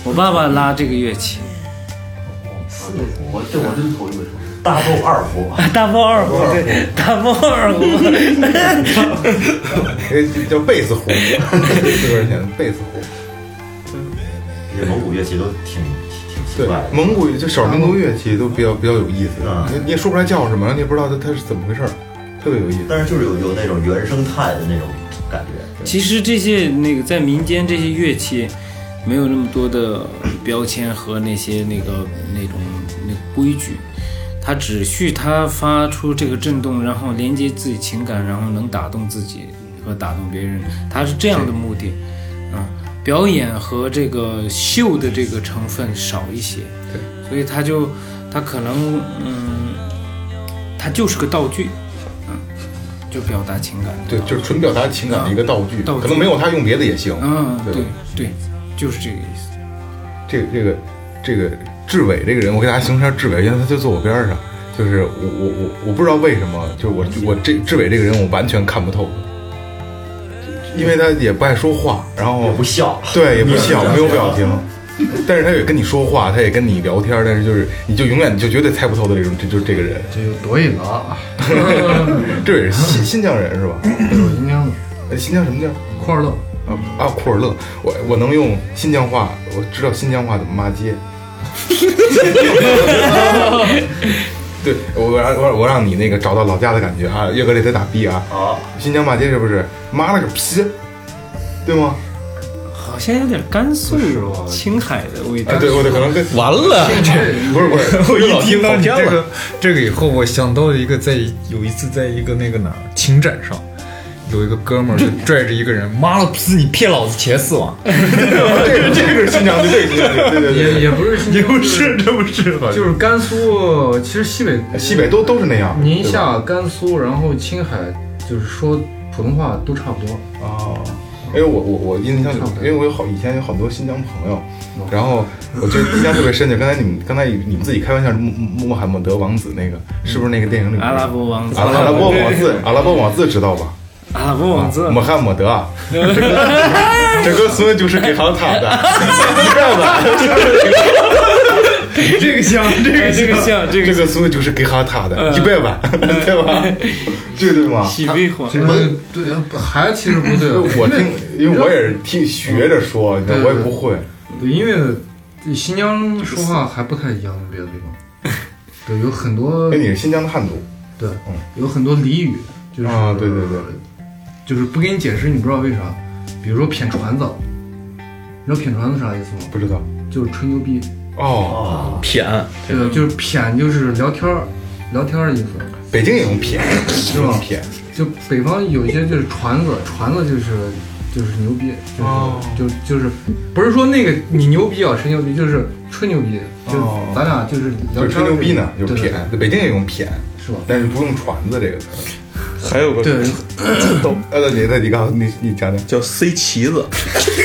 Speaker 7: 我爸爸拉这个乐器，
Speaker 10: 四
Speaker 4: 我这我真头一回说。
Speaker 10: 大豆二胡， 啊
Speaker 7: 大包二胡，对， 大包二 胡。
Speaker 3: 这叫贝斯胡，四个人前贝斯胡。
Speaker 10: 这蒙古乐器都挺挺奇怪的。
Speaker 3: 蒙古就少数民族乐器都比较比较有意思，你你也说不出来叫什么，你也不知道它它是怎么回事儿，特别有意思。
Speaker 10: 但是就是有有那种原生态的那种感觉。
Speaker 7: 其实这些那个在民间这些乐器，没有那么多的标签和那些那个那种那个规矩，它只需它发出这个震动，然后连接自己情感，然后能打动自己和打动别人，它是这样的目的。啊，表演和这个秀的这个成分少一些，对，所以它就它可能嗯，它就是个道具，嗯，就表达情感。
Speaker 3: 对，就是纯表达情感的一个道具，
Speaker 7: 道具
Speaker 3: 可能没有它用别的也行。
Speaker 7: 嗯，
Speaker 3: 对
Speaker 7: 对对，就是这个意思。
Speaker 3: 这个这个这个志伟这个人，我给大家形容一下志伟，因为他就坐我边儿上，就是我我我我不知道为什么，就是我我这志伟这个人我完全看不透，因为他也不爱说话，然后
Speaker 10: 不笑，
Speaker 3: 对，也不笑，没有表情。但是他也跟你说话，他也跟你聊天，但是就是你就永远你就绝对猜不透的这种，这就是这个人。
Speaker 11: 这有多一个啊？
Speaker 3: 这也是新新疆人是吧？
Speaker 11: 新疆的，
Speaker 3: 哎新疆什么地儿？
Speaker 11: 库尔勒。
Speaker 3: 啊啊，库尔勒，我我能用新疆话，我知道新疆话怎么骂街。 对我让我我让你那个找到老家的感觉啊，岳哥这得打逼啊。
Speaker 10: 好，
Speaker 3: 新疆骂街是不是？妈了个批，对吗？
Speaker 7: 好像有点甘肃、青海的味道。
Speaker 3: 啊对我的可能跟
Speaker 9: 完了
Speaker 8: 不是不是，我一听到你这
Speaker 3: 跑偏
Speaker 8: 个
Speaker 3: 了
Speaker 8: 这个以后，我想到了一个在，有一次在一个那个哪儿情展上，有一个哥们儿就拽着一个人，妈了逼，你骗老子钱死亡！
Speaker 3: 这个这个是新疆的，这个是新疆的对对对，
Speaker 11: 也也不是新疆，
Speaker 3: 不是这不是，
Speaker 11: 就是甘肃，其实西北
Speaker 3: 西北都都是那样。
Speaker 11: 宁
Speaker 3: 对吧
Speaker 11: 夏、甘肃，然后青海，就是说普通话都差不多。
Speaker 3: 哦，因为我我我印象里，因为我有好以前有好多新疆朋友，然后我就印象特别深就刚才你们刚才你们自己开玩笑，穆穆穆罕默德王子那个是不是那个电影里面
Speaker 7: 阿拉伯王子
Speaker 3: 阿拉伯王
Speaker 7: 对嗯
Speaker 3: 子，阿拉伯王子知道吧？
Speaker 7: 阿拉伯王子，
Speaker 3: 穆罕默德啊，这个这个孙就是给行塔的，你看吧，
Speaker 7: 这个像， 这个哎这个像，这
Speaker 3: 个这个孙就是给行塔的，一百万，对吧？这对吗？
Speaker 7: 西北话，
Speaker 11: 这个对，
Speaker 3: 呃
Speaker 11: 还其实不对，
Speaker 3: 我听，因为我也是听学着说，你知道我也不会。
Speaker 11: 对，因为新疆说话还不太一样，别的地方，对，有很多。
Speaker 3: 那哎你是新疆的汉族
Speaker 11: 对，有很多俚语，就是
Speaker 3: 啊？对对对，
Speaker 11: 就是不给你解释，你不知道为啥。比如说谝船子，你知道谝船子啥意思吗？
Speaker 3: 不知道，
Speaker 11: 就是吹牛逼。
Speaker 3: 哦，
Speaker 9: 谝，
Speaker 11: 对，就是谝，就是聊天儿，聊天儿的意思，
Speaker 3: 北京也用谝，
Speaker 11: 是吧？
Speaker 3: 谝，
Speaker 11: 就北方有一些就是传子，传子就是就是牛逼，就是、就就是不是说那个你牛逼啊，谁牛逼，就是吹牛逼，就是
Speaker 3: 哦
Speaker 11: 咱俩就是聊
Speaker 3: 就是
Speaker 11: 天
Speaker 3: 吹
Speaker 11: 儿
Speaker 3: 牛逼呢，就
Speaker 11: 对
Speaker 3: 是
Speaker 11: 对对
Speaker 3: 谝。北京也用谝，
Speaker 11: 是吧？
Speaker 3: 但是不用“传子”这个词儿。
Speaker 9: 还有个
Speaker 11: 对，
Speaker 3: 都呃，你那你告诉你你讲讲，
Speaker 9: 叫塞旗 子，
Speaker 4: 意思是什么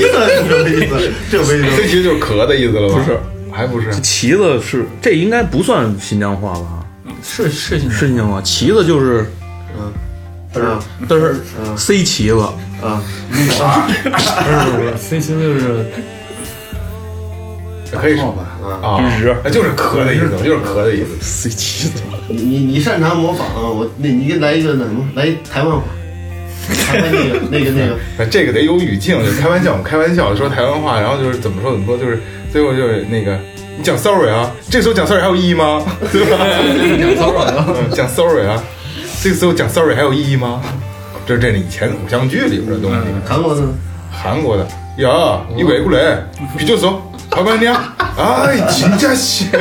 Speaker 4: 意思？ 这
Speaker 3: 这
Speaker 4: 没意思。
Speaker 3: 其实就是壳的意思了吧？
Speaker 9: 不是，
Speaker 3: 还不是
Speaker 9: 这旗子是这应该不算新疆话吧？
Speaker 11: 是是新
Speaker 9: 是新疆话，旗子就是
Speaker 4: 嗯，
Speaker 9: 但是塞旗子
Speaker 4: 啊，
Speaker 11: C 型就是
Speaker 3: 可以说
Speaker 11: 吧，
Speaker 3: 啊，哎就是壳的意思，就是壳的意思。
Speaker 9: 塞旗子，
Speaker 4: 你嗯你你擅长模仿啊！我那你给来一个那什么，来一台湾话，台湾那个那个那个，
Speaker 3: 哎这个得有语境，就开玩笑，我们开玩笑说台湾话，然后就是怎么说怎么说，就是最后就是那个你讲 sorry 啊，这时候讲 sorry 还有意义吗？对吧？
Speaker 11: 讲骚扰的，
Speaker 3: 嗯 讲 sorry 啊，这时候讲 sorry 还有意义吗？这是这是以前偶像剧里边的东西。
Speaker 4: 韩国呢？
Speaker 3: 韩国的呀，你外国来，啤酒手，老板娘，哎，真假 是，
Speaker 9: 啊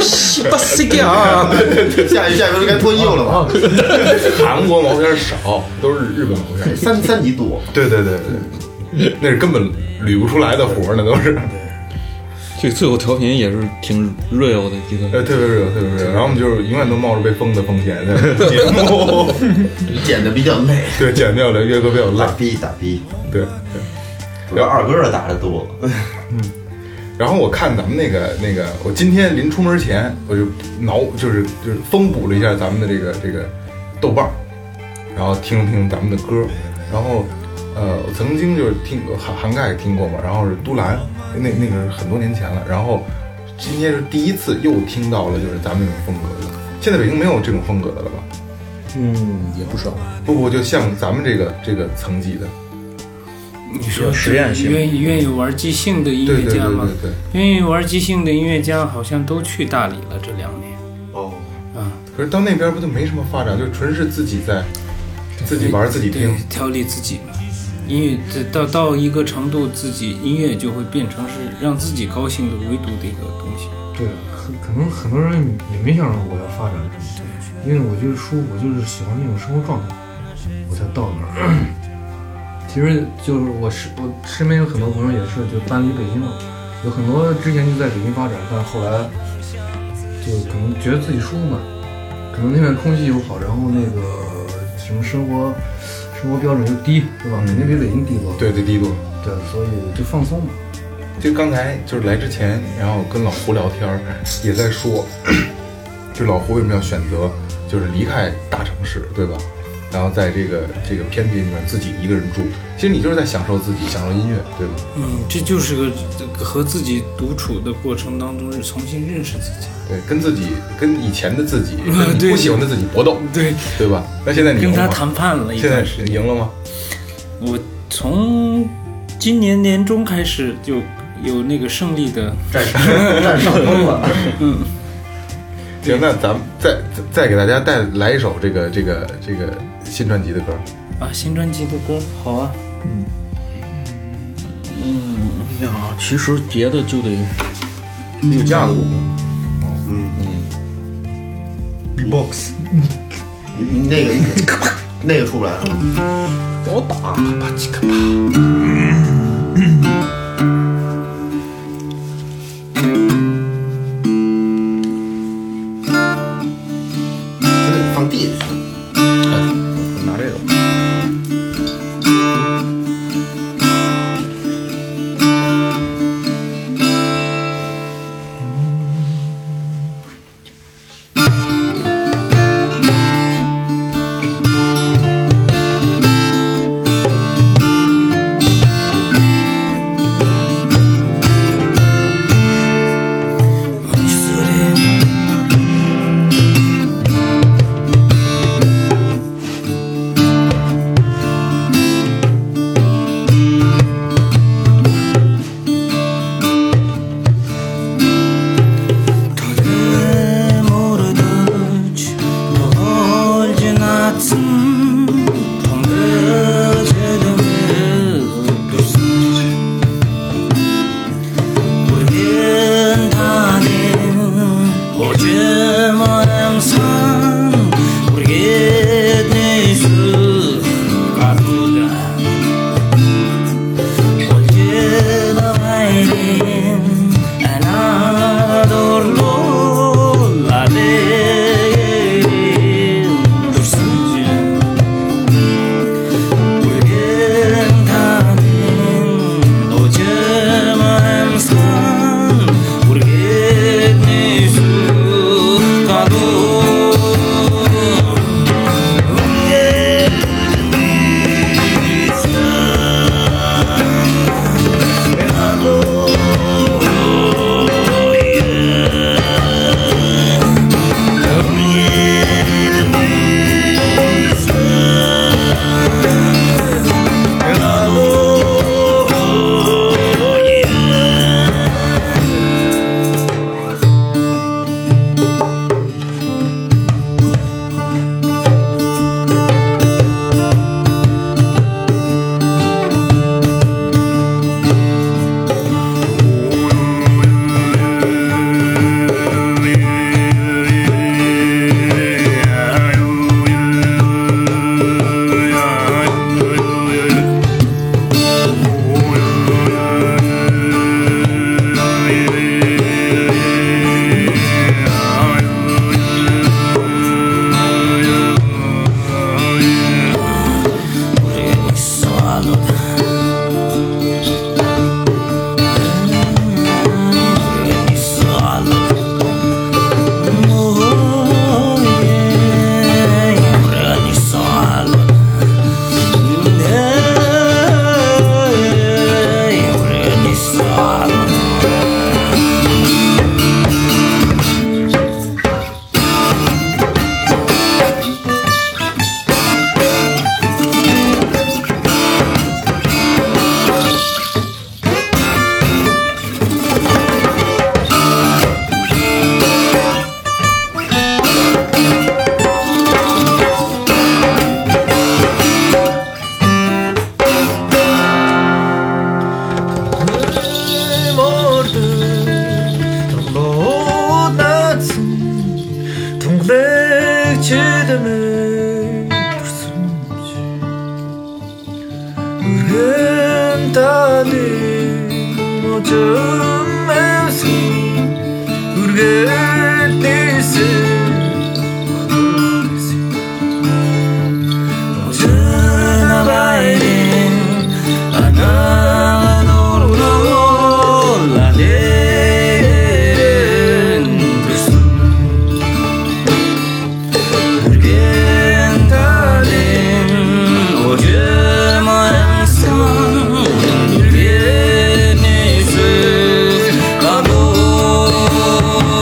Speaker 9: 西巴塞给啊，
Speaker 4: 下一下一轮该脱衣服了吧？
Speaker 3: 韩国毛片少，都是日本毛片。
Speaker 4: 三三级多，
Speaker 3: 对对对对，那是根本捋不出来的活儿呢，都是，
Speaker 9: 这最后调频也是挺 real 的一
Speaker 3: 呃，
Speaker 9: 个，
Speaker 3: 特别热，特别热。然后我们就是永远都冒着被封的风险的节目，
Speaker 4: 剪的比较累。
Speaker 3: 对，剪掉了，约哥比较
Speaker 10: 打
Speaker 3: 烂，
Speaker 10: 逼打逼，
Speaker 3: 对。对
Speaker 10: 主要二哥的打的多，
Speaker 3: 然后我看咱们那个那个，我今天临出门前我就脑就是就是丰补了一下咱们的这个这个豆瓣儿，然后听了听咱们的歌儿，然后呃，我曾经就是听涵涵盖听过嘛，然后是都兰，那那个是很多年前了，然后今天是第一次又听到了就是咱们那种风格的，现在北京没有这种风格的了吧？
Speaker 9: 嗯，也不少，
Speaker 3: 不不，就像咱们这个这个层级的，
Speaker 7: 你说
Speaker 9: 实验性
Speaker 7: 愿意愿意玩即兴的音
Speaker 3: 对
Speaker 7: 乐
Speaker 3: 对对
Speaker 7: 家吗？
Speaker 3: 对对。
Speaker 7: 愿意玩即兴的音乐家好像都去大理了，这两年。
Speaker 4: 哦，
Speaker 7: 啊，
Speaker 3: 可是到那边不就没什么发展，就纯是自己在自己玩自己
Speaker 7: 对
Speaker 3: 听。，
Speaker 7: 调理自己嘛。音乐这到到一个程度，自己音乐就会变成是让自己高兴的唯独的一个东西。
Speaker 11: 对，很可能很多人也没想着我要发展什么，因为我就是舒服，我就是喜欢那种生活状态，我才到那儿。其实就是我是我身边有很多朋友也是就搬离北京了，有很多之前就在北京发展，但后来就可能觉得自己舒服嘛，可能那边空气又好，然后那个什么生活生活标准又低，对吧？肯定比北京低多了。
Speaker 3: 对对，低度。
Speaker 11: 对，所以就放松嘛。
Speaker 3: 就刚才就是来之前，然后跟老胡聊天儿，也在说， 就是老胡为什么要选择就是离开大城市，对吧？然后在这个这个偏僻里面自己一个人住，其实你就是在享受自己，享受音乐，对吧？
Speaker 7: 嗯，这就是个这个和自己独处的过程当中，是重新认识自己，
Speaker 3: 对，跟自己跟以前的自己，
Speaker 7: 嗯
Speaker 3: 跟你
Speaker 7: 对
Speaker 3: 不喜欢的自己搏斗，
Speaker 7: 对，
Speaker 3: 对吧？那现在你赢
Speaker 7: 跟他
Speaker 3: 了
Speaker 7: 谈
Speaker 3: 吗？
Speaker 7: 判了一
Speaker 3: 现在
Speaker 7: 段
Speaker 3: 是
Speaker 7: 时
Speaker 3: 你
Speaker 7: 间。
Speaker 3: 赢了吗？
Speaker 7: 我从今年年中开始就有那个胜利的，
Speaker 3: 行，那咱们再再再给大家带来一首这个这个这个新专辑的歌，
Speaker 7: 啊，新专辑的歌好啊，
Speaker 9: 嗯呀，其实别的就得有架子鼓，
Speaker 4: 嗯
Speaker 9: 嗯，box，
Speaker 4: 那个那个出不来，
Speaker 9: 我打吧唧个吧。
Speaker 4: 嗯放地里。
Speaker 9: 拿这个。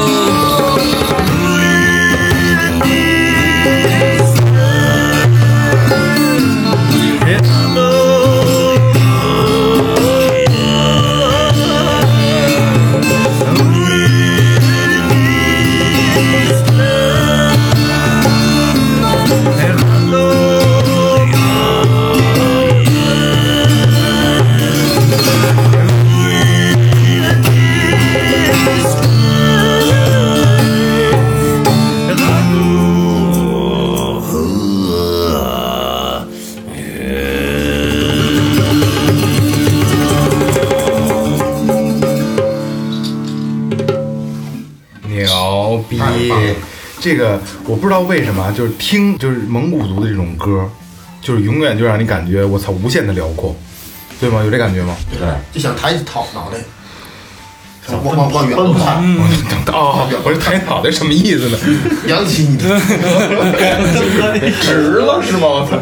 Speaker 7: Yeah.
Speaker 3: 你这个我不知道为什么，啊就是听就是蒙古族的这种歌，就是永远就让你感觉我操无限的辽阔，对吗？有这感觉吗？对，
Speaker 4: 就想抬起头脑袋，想嗯往往往远处看。
Speaker 3: 哦，我这抬脑袋什么意思呢？
Speaker 4: 扬起你的，
Speaker 3: 直了是吗？ 我操！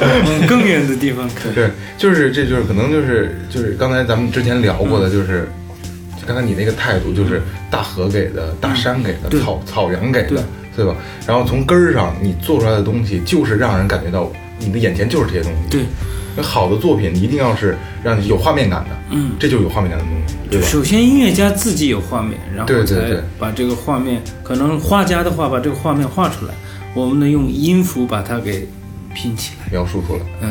Speaker 7: 更远的地方看。
Speaker 3: 对，就是这就是可能就是就是刚才咱们之前聊
Speaker 7: 嗯
Speaker 3: 过的，就是、就刚才你那个态度，就是大河给的，
Speaker 7: 嗯
Speaker 3: 大山给的，草草原给的，对吧？然后从根儿上你做出来的东西，就是让人感觉到你的眼前就是这些东西。
Speaker 7: 对，
Speaker 3: 那好的作品一定要是让你有画面感的，
Speaker 7: 嗯
Speaker 3: 这就是有画面感的东西，对
Speaker 7: 就
Speaker 3: 吧？
Speaker 7: 首先音乐家自己有画面，然
Speaker 3: 对
Speaker 7: 后
Speaker 3: 对
Speaker 7: 才
Speaker 3: 对
Speaker 7: 把这个画面，可能画家的话把这个画面画出来，我们能用音符把它给拼起来。
Speaker 3: 描述出来，
Speaker 7: 嗯，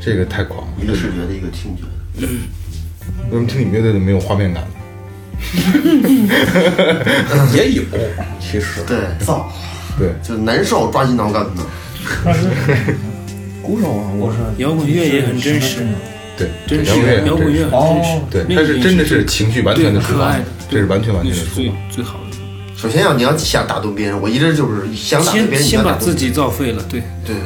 Speaker 3: 这个太狂了，
Speaker 4: 一个视觉的，一个听觉
Speaker 7: 嗯，
Speaker 3: 为什么听你们乐队的没有画面 感？
Speaker 4: 也
Speaker 3: 有，其实
Speaker 4: 对造，
Speaker 3: 对，
Speaker 4: 就难受，抓心挠肝的。
Speaker 7: 鼓手啊，我是摇滚乐也很真实，
Speaker 3: 对，
Speaker 7: 真
Speaker 3: 摇
Speaker 7: 实
Speaker 3: 滚乐
Speaker 7: 摇滚乐很真实，
Speaker 3: 哦对，
Speaker 7: 那
Speaker 3: 它
Speaker 7: 个
Speaker 3: 是
Speaker 7: 也
Speaker 3: 真的是情绪完全的
Speaker 7: 对
Speaker 3: 释
Speaker 7: 可
Speaker 3: 放
Speaker 7: 爱的，
Speaker 3: 这是完全完全的释
Speaker 7: 最
Speaker 3: 放。
Speaker 7: 最好的，
Speaker 4: 首先要你要想打动别人，我一直就是想打动别
Speaker 7: 先
Speaker 4: 人，
Speaker 7: 先把
Speaker 4: 你要打动
Speaker 7: 自己造废了，对
Speaker 4: 对，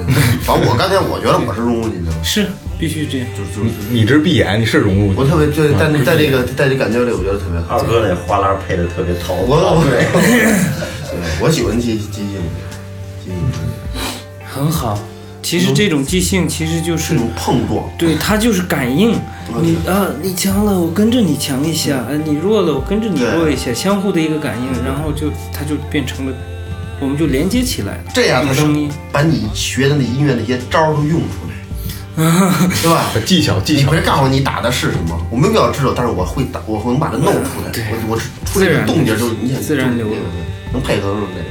Speaker 4: 反正我刚才我觉得我是融入进去了，
Speaker 7: 是必须这样，
Speaker 4: 就是就是
Speaker 3: 你这是闭眼，你是融入。
Speaker 4: 我特别对，在在这个在这感觉里，我觉得特别好。
Speaker 10: 嗯二哥那花篮配的特别讨
Speaker 4: 我我
Speaker 10: 对，
Speaker 4: 我喜欢激激进激进
Speaker 7: 很好。其
Speaker 3: 嗯
Speaker 7: 实这种即兴其实就是
Speaker 4: 碰撞，
Speaker 7: 对，它就是感应。
Speaker 3: 嗯
Speaker 7: 你啊，你强了，我跟着你强一下；呃，你弱了，我跟着你弱一下，相互的一个感
Speaker 3: 嗯
Speaker 7: 应，然后就它就变成了，我们就连接起来了。
Speaker 4: 这样才
Speaker 7: 声
Speaker 4: 能把你学的那音乐那些招儿都用出来， 对吧？
Speaker 3: 技巧技
Speaker 4: 巧，你别告诉我你打的是什么，我明表知道，但是我会打，我能把它弄出来。我我出这个动静就你想
Speaker 10: 自然流
Speaker 4: 露
Speaker 10: 露，
Speaker 4: 能配合出来。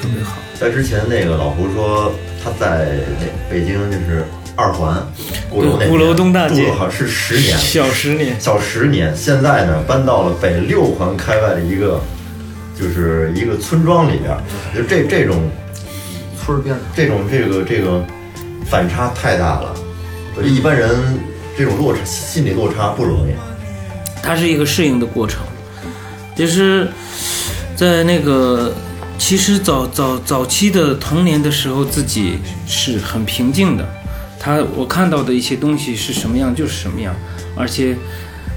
Speaker 7: 特别好。
Speaker 10: 在之前那个老胡说他在那北京就是二环鼓楼那边
Speaker 7: 鼓楼东大街
Speaker 10: 住了好像是十年，
Speaker 7: 小十年，
Speaker 10: 小十年。现在呢，搬到了北六环开外的一个，就是一个村庄里边儿，就这这种
Speaker 4: 村边
Speaker 10: 这种这个这个反差太大了，我觉得一般人这种落差心理落差不容易。
Speaker 7: 它是一个适应的过程。其实，在那个其实早早早期的童年的时候，自己是很平静的。他我看到的一些东西是什么样就是什么样，而且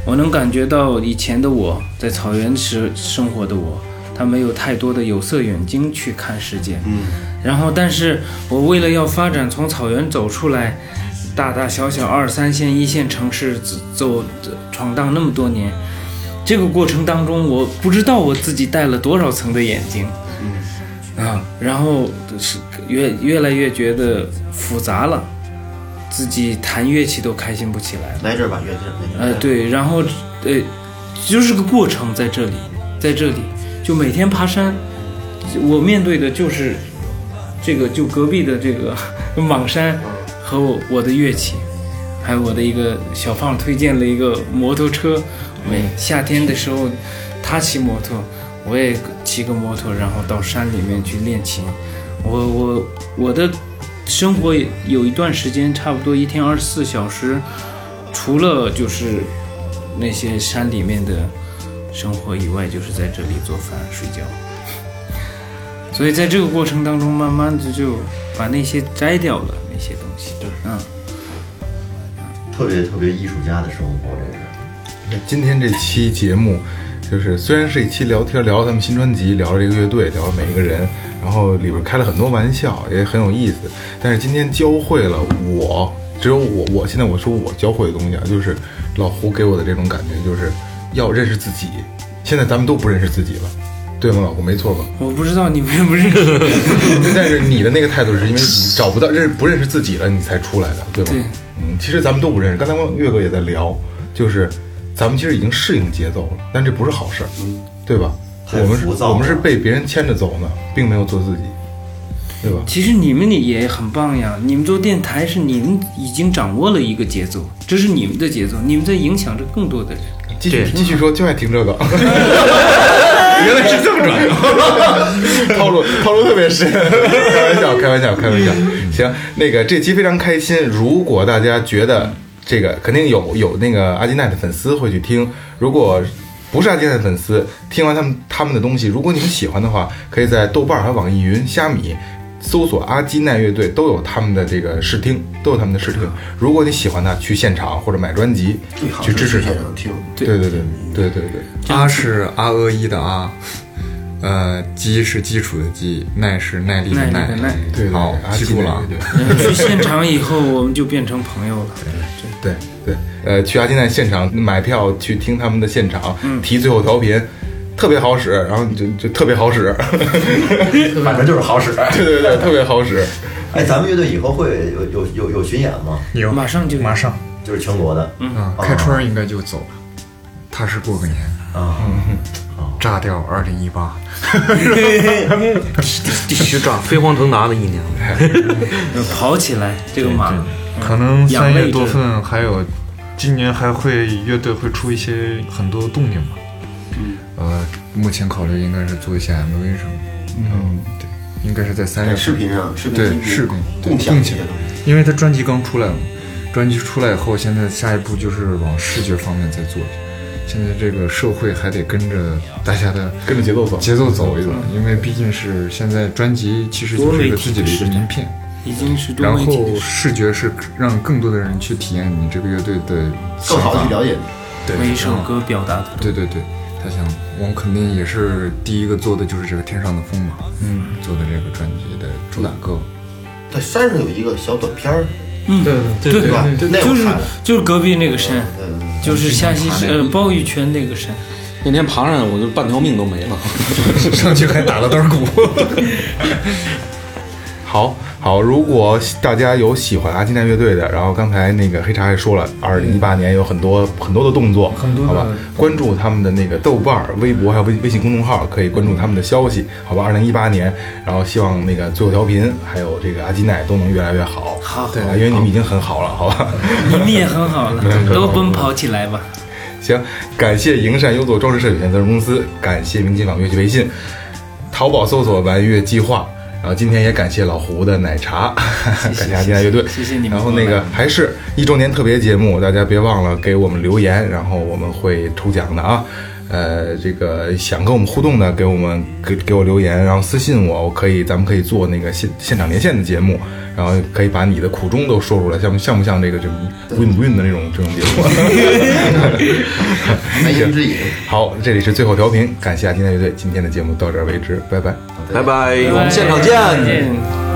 Speaker 7: 我能感觉到以前的我在草原时生活的我，他没有太多的有色眼睛去看世界。
Speaker 4: 嗯，
Speaker 7: 然后，但是我为了要发展从草原走出来，大大小小二三线、一线城市走走闯荡那么多年，这个过程当中，我不知道我自己戴了多少层的眼镜，啊，然后是越越来越觉得复杂了，自己弹乐器都开心不起来了。
Speaker 4: 来这儿吧，乐队来这儿。
Speaker 7: 呃，对，然后呃，就是个过程，在这里，在这里，就每天爬山，我面对的就是这个，就隔壁的这个 莽山和我我的乐器，还有我的一个小胖推荐了一个摩托车，每夏天的时候他骑摩托，我也骑个摩托，然后到山里面去练琴。我我我的生活有一段时间，差不多一天二十四小时，除了就是那些山里面的生活以外，就是在这里做饭、睡觉。所以在这个过程当中，慢慢的就把那些摘掉了那些东西。对，嗯，
Speaker 10: 特别特别艺术家的生活，这是。
Speaker 3: 今天这期节目，就是虽然是一期聊天，聊他们新专辑，聊了这个乐队，聊了每一个人，然后里边开了很多玩笑，也很有意思。但是今天教会了我，只有我，我现在我说我教会的东西啊，就是老胡给我的这种感觉，就是要认识自己。现在咱们都不认识自己了，对吗，老胡？没错吧？
Speaker 7: 我不知道你们认不 认识。
Speaker 3: 但是你的那个态度是因为你找不到认不认识自己了，你才出来的，对吧？
Speaker 7: 对
Speaker 3: 嗯，其实咱们都不认识。刚才我岳哥也在聊，就是咱们其实已经适应节奏了，但这不是好事，对吧？
Speaker 10: 太
Speaker 3: 我们
Speaker 10: 嗯
Speaker 3: 是
Speaker 10: 浮躁了
Speaker 3: 我们是被别人牵着走呢，并没有做自己，对吧？
Speaker 7: 其实你们也很棒呀，你们做电台是你们已经掌握了一个节奏，这是你们的节奏，你们在影响着更多的人。
Speaker 3: 继续继续说，就爱听啊 这个。原来是这么转的， 套路套路特别深。嗯开玩笑，开玩笑，开玩笑。行，那个这期非常开心。如果大家觉得这个肯定有有那个阿基奈的粉丝会去听，如果不是阿基泰的粉丝，听完他们他们的东西，如果你们喜欢的话，可以在豆瓣儿和网易云、虾米搜索阿基奈乐队，都有他们的这个试听，都有他们的试听。如果你喜欢他，去现场或者买专辑
Speaker 4: 最好
Speaker 3: 去
Speaker 4: 是
Speaker 3: 支持
Speaker 4: 去
Speaker 3: 他
Speaker 4: 现
Speaker 3: 们
Speaker 4: 场听。
Speaker 3: 对对对对对对
Speaker 8: 阿是阿阿一的阿，呃，基是基础的基，耐是耐力的
Speaker 7: 耐力的耐对对
Speaker 8: 好，
Speaker 3: 阿
Speaker 8: 记
Speaker 3: 基
Speaker 8: 住
Speaker 3: 奈
Speaker 8: 了啊
Speaker 3: 乐。队
Speaker 7: 去现场以后，我们就变成朋友了。
Speaker 3: 对对，呃，去阿金奈现场买票去听他们的现场，提最后调频，特别好使，然后你就就特别好使，
Speaker 10: 反正就是好使。
Speaker 3: 对对对，特别好使。
Speaker 10: 哎，咱们乐队以后会有有有有巡演吗？
Speaker 8: 有，
Speaker 7: 马上就
Speaker 8: 马上，
Speaker 10: 就是全国的。
Speaker 8: 嗯，
Speaker 7: 啊
Speaker 8: 开春儿应该就走了，踏实过个年嗯
Speaker 10: 啊，
Speaker 8: 炸掉二零一八，
Speaker 12: 必须炸，飞黄腾达的一年了，
Speaker 7: 跑起来，这个马
Speaker 8: 可能
Speaker 12: 养
Speaker 8: 三
Speaker 12: 了
Speaker 8: 月
Speaker 12: 一
Speaker 8: 多
Speaker 12: 阵
Speaker 8: 份还有，今年还会乐队会出一些很多动静吧。
Speaker 12: 嗯，
Speaker 8: 呃，目前考虑应该是做一下 MV 什么的。嗯，对，应该是在三月份。
Speaker 4: 在视频上视频
Speaker 8: 对
Speaker 4: 音频
Speaker 8: 视频对
Speaker 4: 共享
Speaker 8: 共
Speaker 4: 这
Speaker 8: 享
Speaker 4: 些东，
Speaker 8: 因为他专辑刚出来嘛，专辑出来以后，现在下一步就是往视觉方面再做。现在这个社会还得跟着大家的
Speaker 3: 跟着节奏走，
Speaker 8: 节奏走一走，因为毕竟是现在专辑其实就是一个自己的一个名片，
Speaker 7: 已经是多
Speaker 8: 然
Speaker 7: 媒体
Speaker 8: 后视觉是让更多的人去体验你这个乐队的
Speaker 4: 更
Speaker 8: 想法，
Speaker 4: 好地去了解你
Speaker 8: 对，
Speaker 7: 每一
Speaker 8: 是
Speaker 7: 首
Speaker 8: 这样
Speaker 7: 歌表达的。
Speaker 8: 对对对，他想，我肯定也是第一个做的就是这个《天上的风》嘛，
Speaker 7: 嗯，
Speaker 8: 做的这个专辑的主打歌，
Speaker 4: 在山上有一个小短 片儿，
Speaker 7: 嗯，对
Speaker 4: 对
Speaker 7: 对
Speaker 4: 对吧那
Speaker 7: 就
Speaker 4: 我
Speaker 7: 是
Speaker 4: 看了
Speaker 7: 就是隔壁那个山，就是下西
Speaker 9: 爬那
Speaker 7: 呃鲍鱼圈那个山，
Speaker 9: 那天爬上来，我就半条命都没了，
Speaker 8: 上去还打了段鼓。
Speaker 3: 好好，如果大家有喜欢阿基奈乐队的，然后刚才那个黑茶也说了，二零一八年有很多很多的动作，很
Speaker 11: 多
Speaker 3: 好
Speaker 11: 的
Speaker 3: 吧，关注他们的那个豆瓣儿、微博还有微微信公众号，可以关注他们的消息，好吧？二零一八年，然后希望那个最后调频还有这个阿基奈都能越来越好，
Speaker 7: 好
Speaker 3: 对吧，因为你们已经很好了，好吧？
Speaker 7: 你们也很好了
Speaker 3: 没有没，有
Speaker 7: 都奔跑起来吧。
Speaker 3: 行，感谢营善优作装饰设计有限责任公司，感谢明琴坊乐器微信，淘宝搜索“玩乐计划”。然后今天也感谢老胡的奶茶，感谢阿金爱乐队，
Speaker 7: 谢谢你们
Speaker 3: 然后那个还是一周年特别节目，大家别忘了给我们留言，然后我们会抽奖的啊。呃，这个想跟我们互动的，给我们给给我留言，然后私信我，我可以，咱们可以做那个现现场连线的节目，然后可以把你的苦衷都说出来，像不像不像这个这种 win 不 win 的那种这种节目？
Speaker 4: 难言之隐。
Speaker 3: 好，这里是最后调频，感谢阿金奈乐队，今天的节目到这儿为止，拜拜，
Speaker 9: 拜拜，我们现场
Speaker 7: 再见
Speaker 9: 见。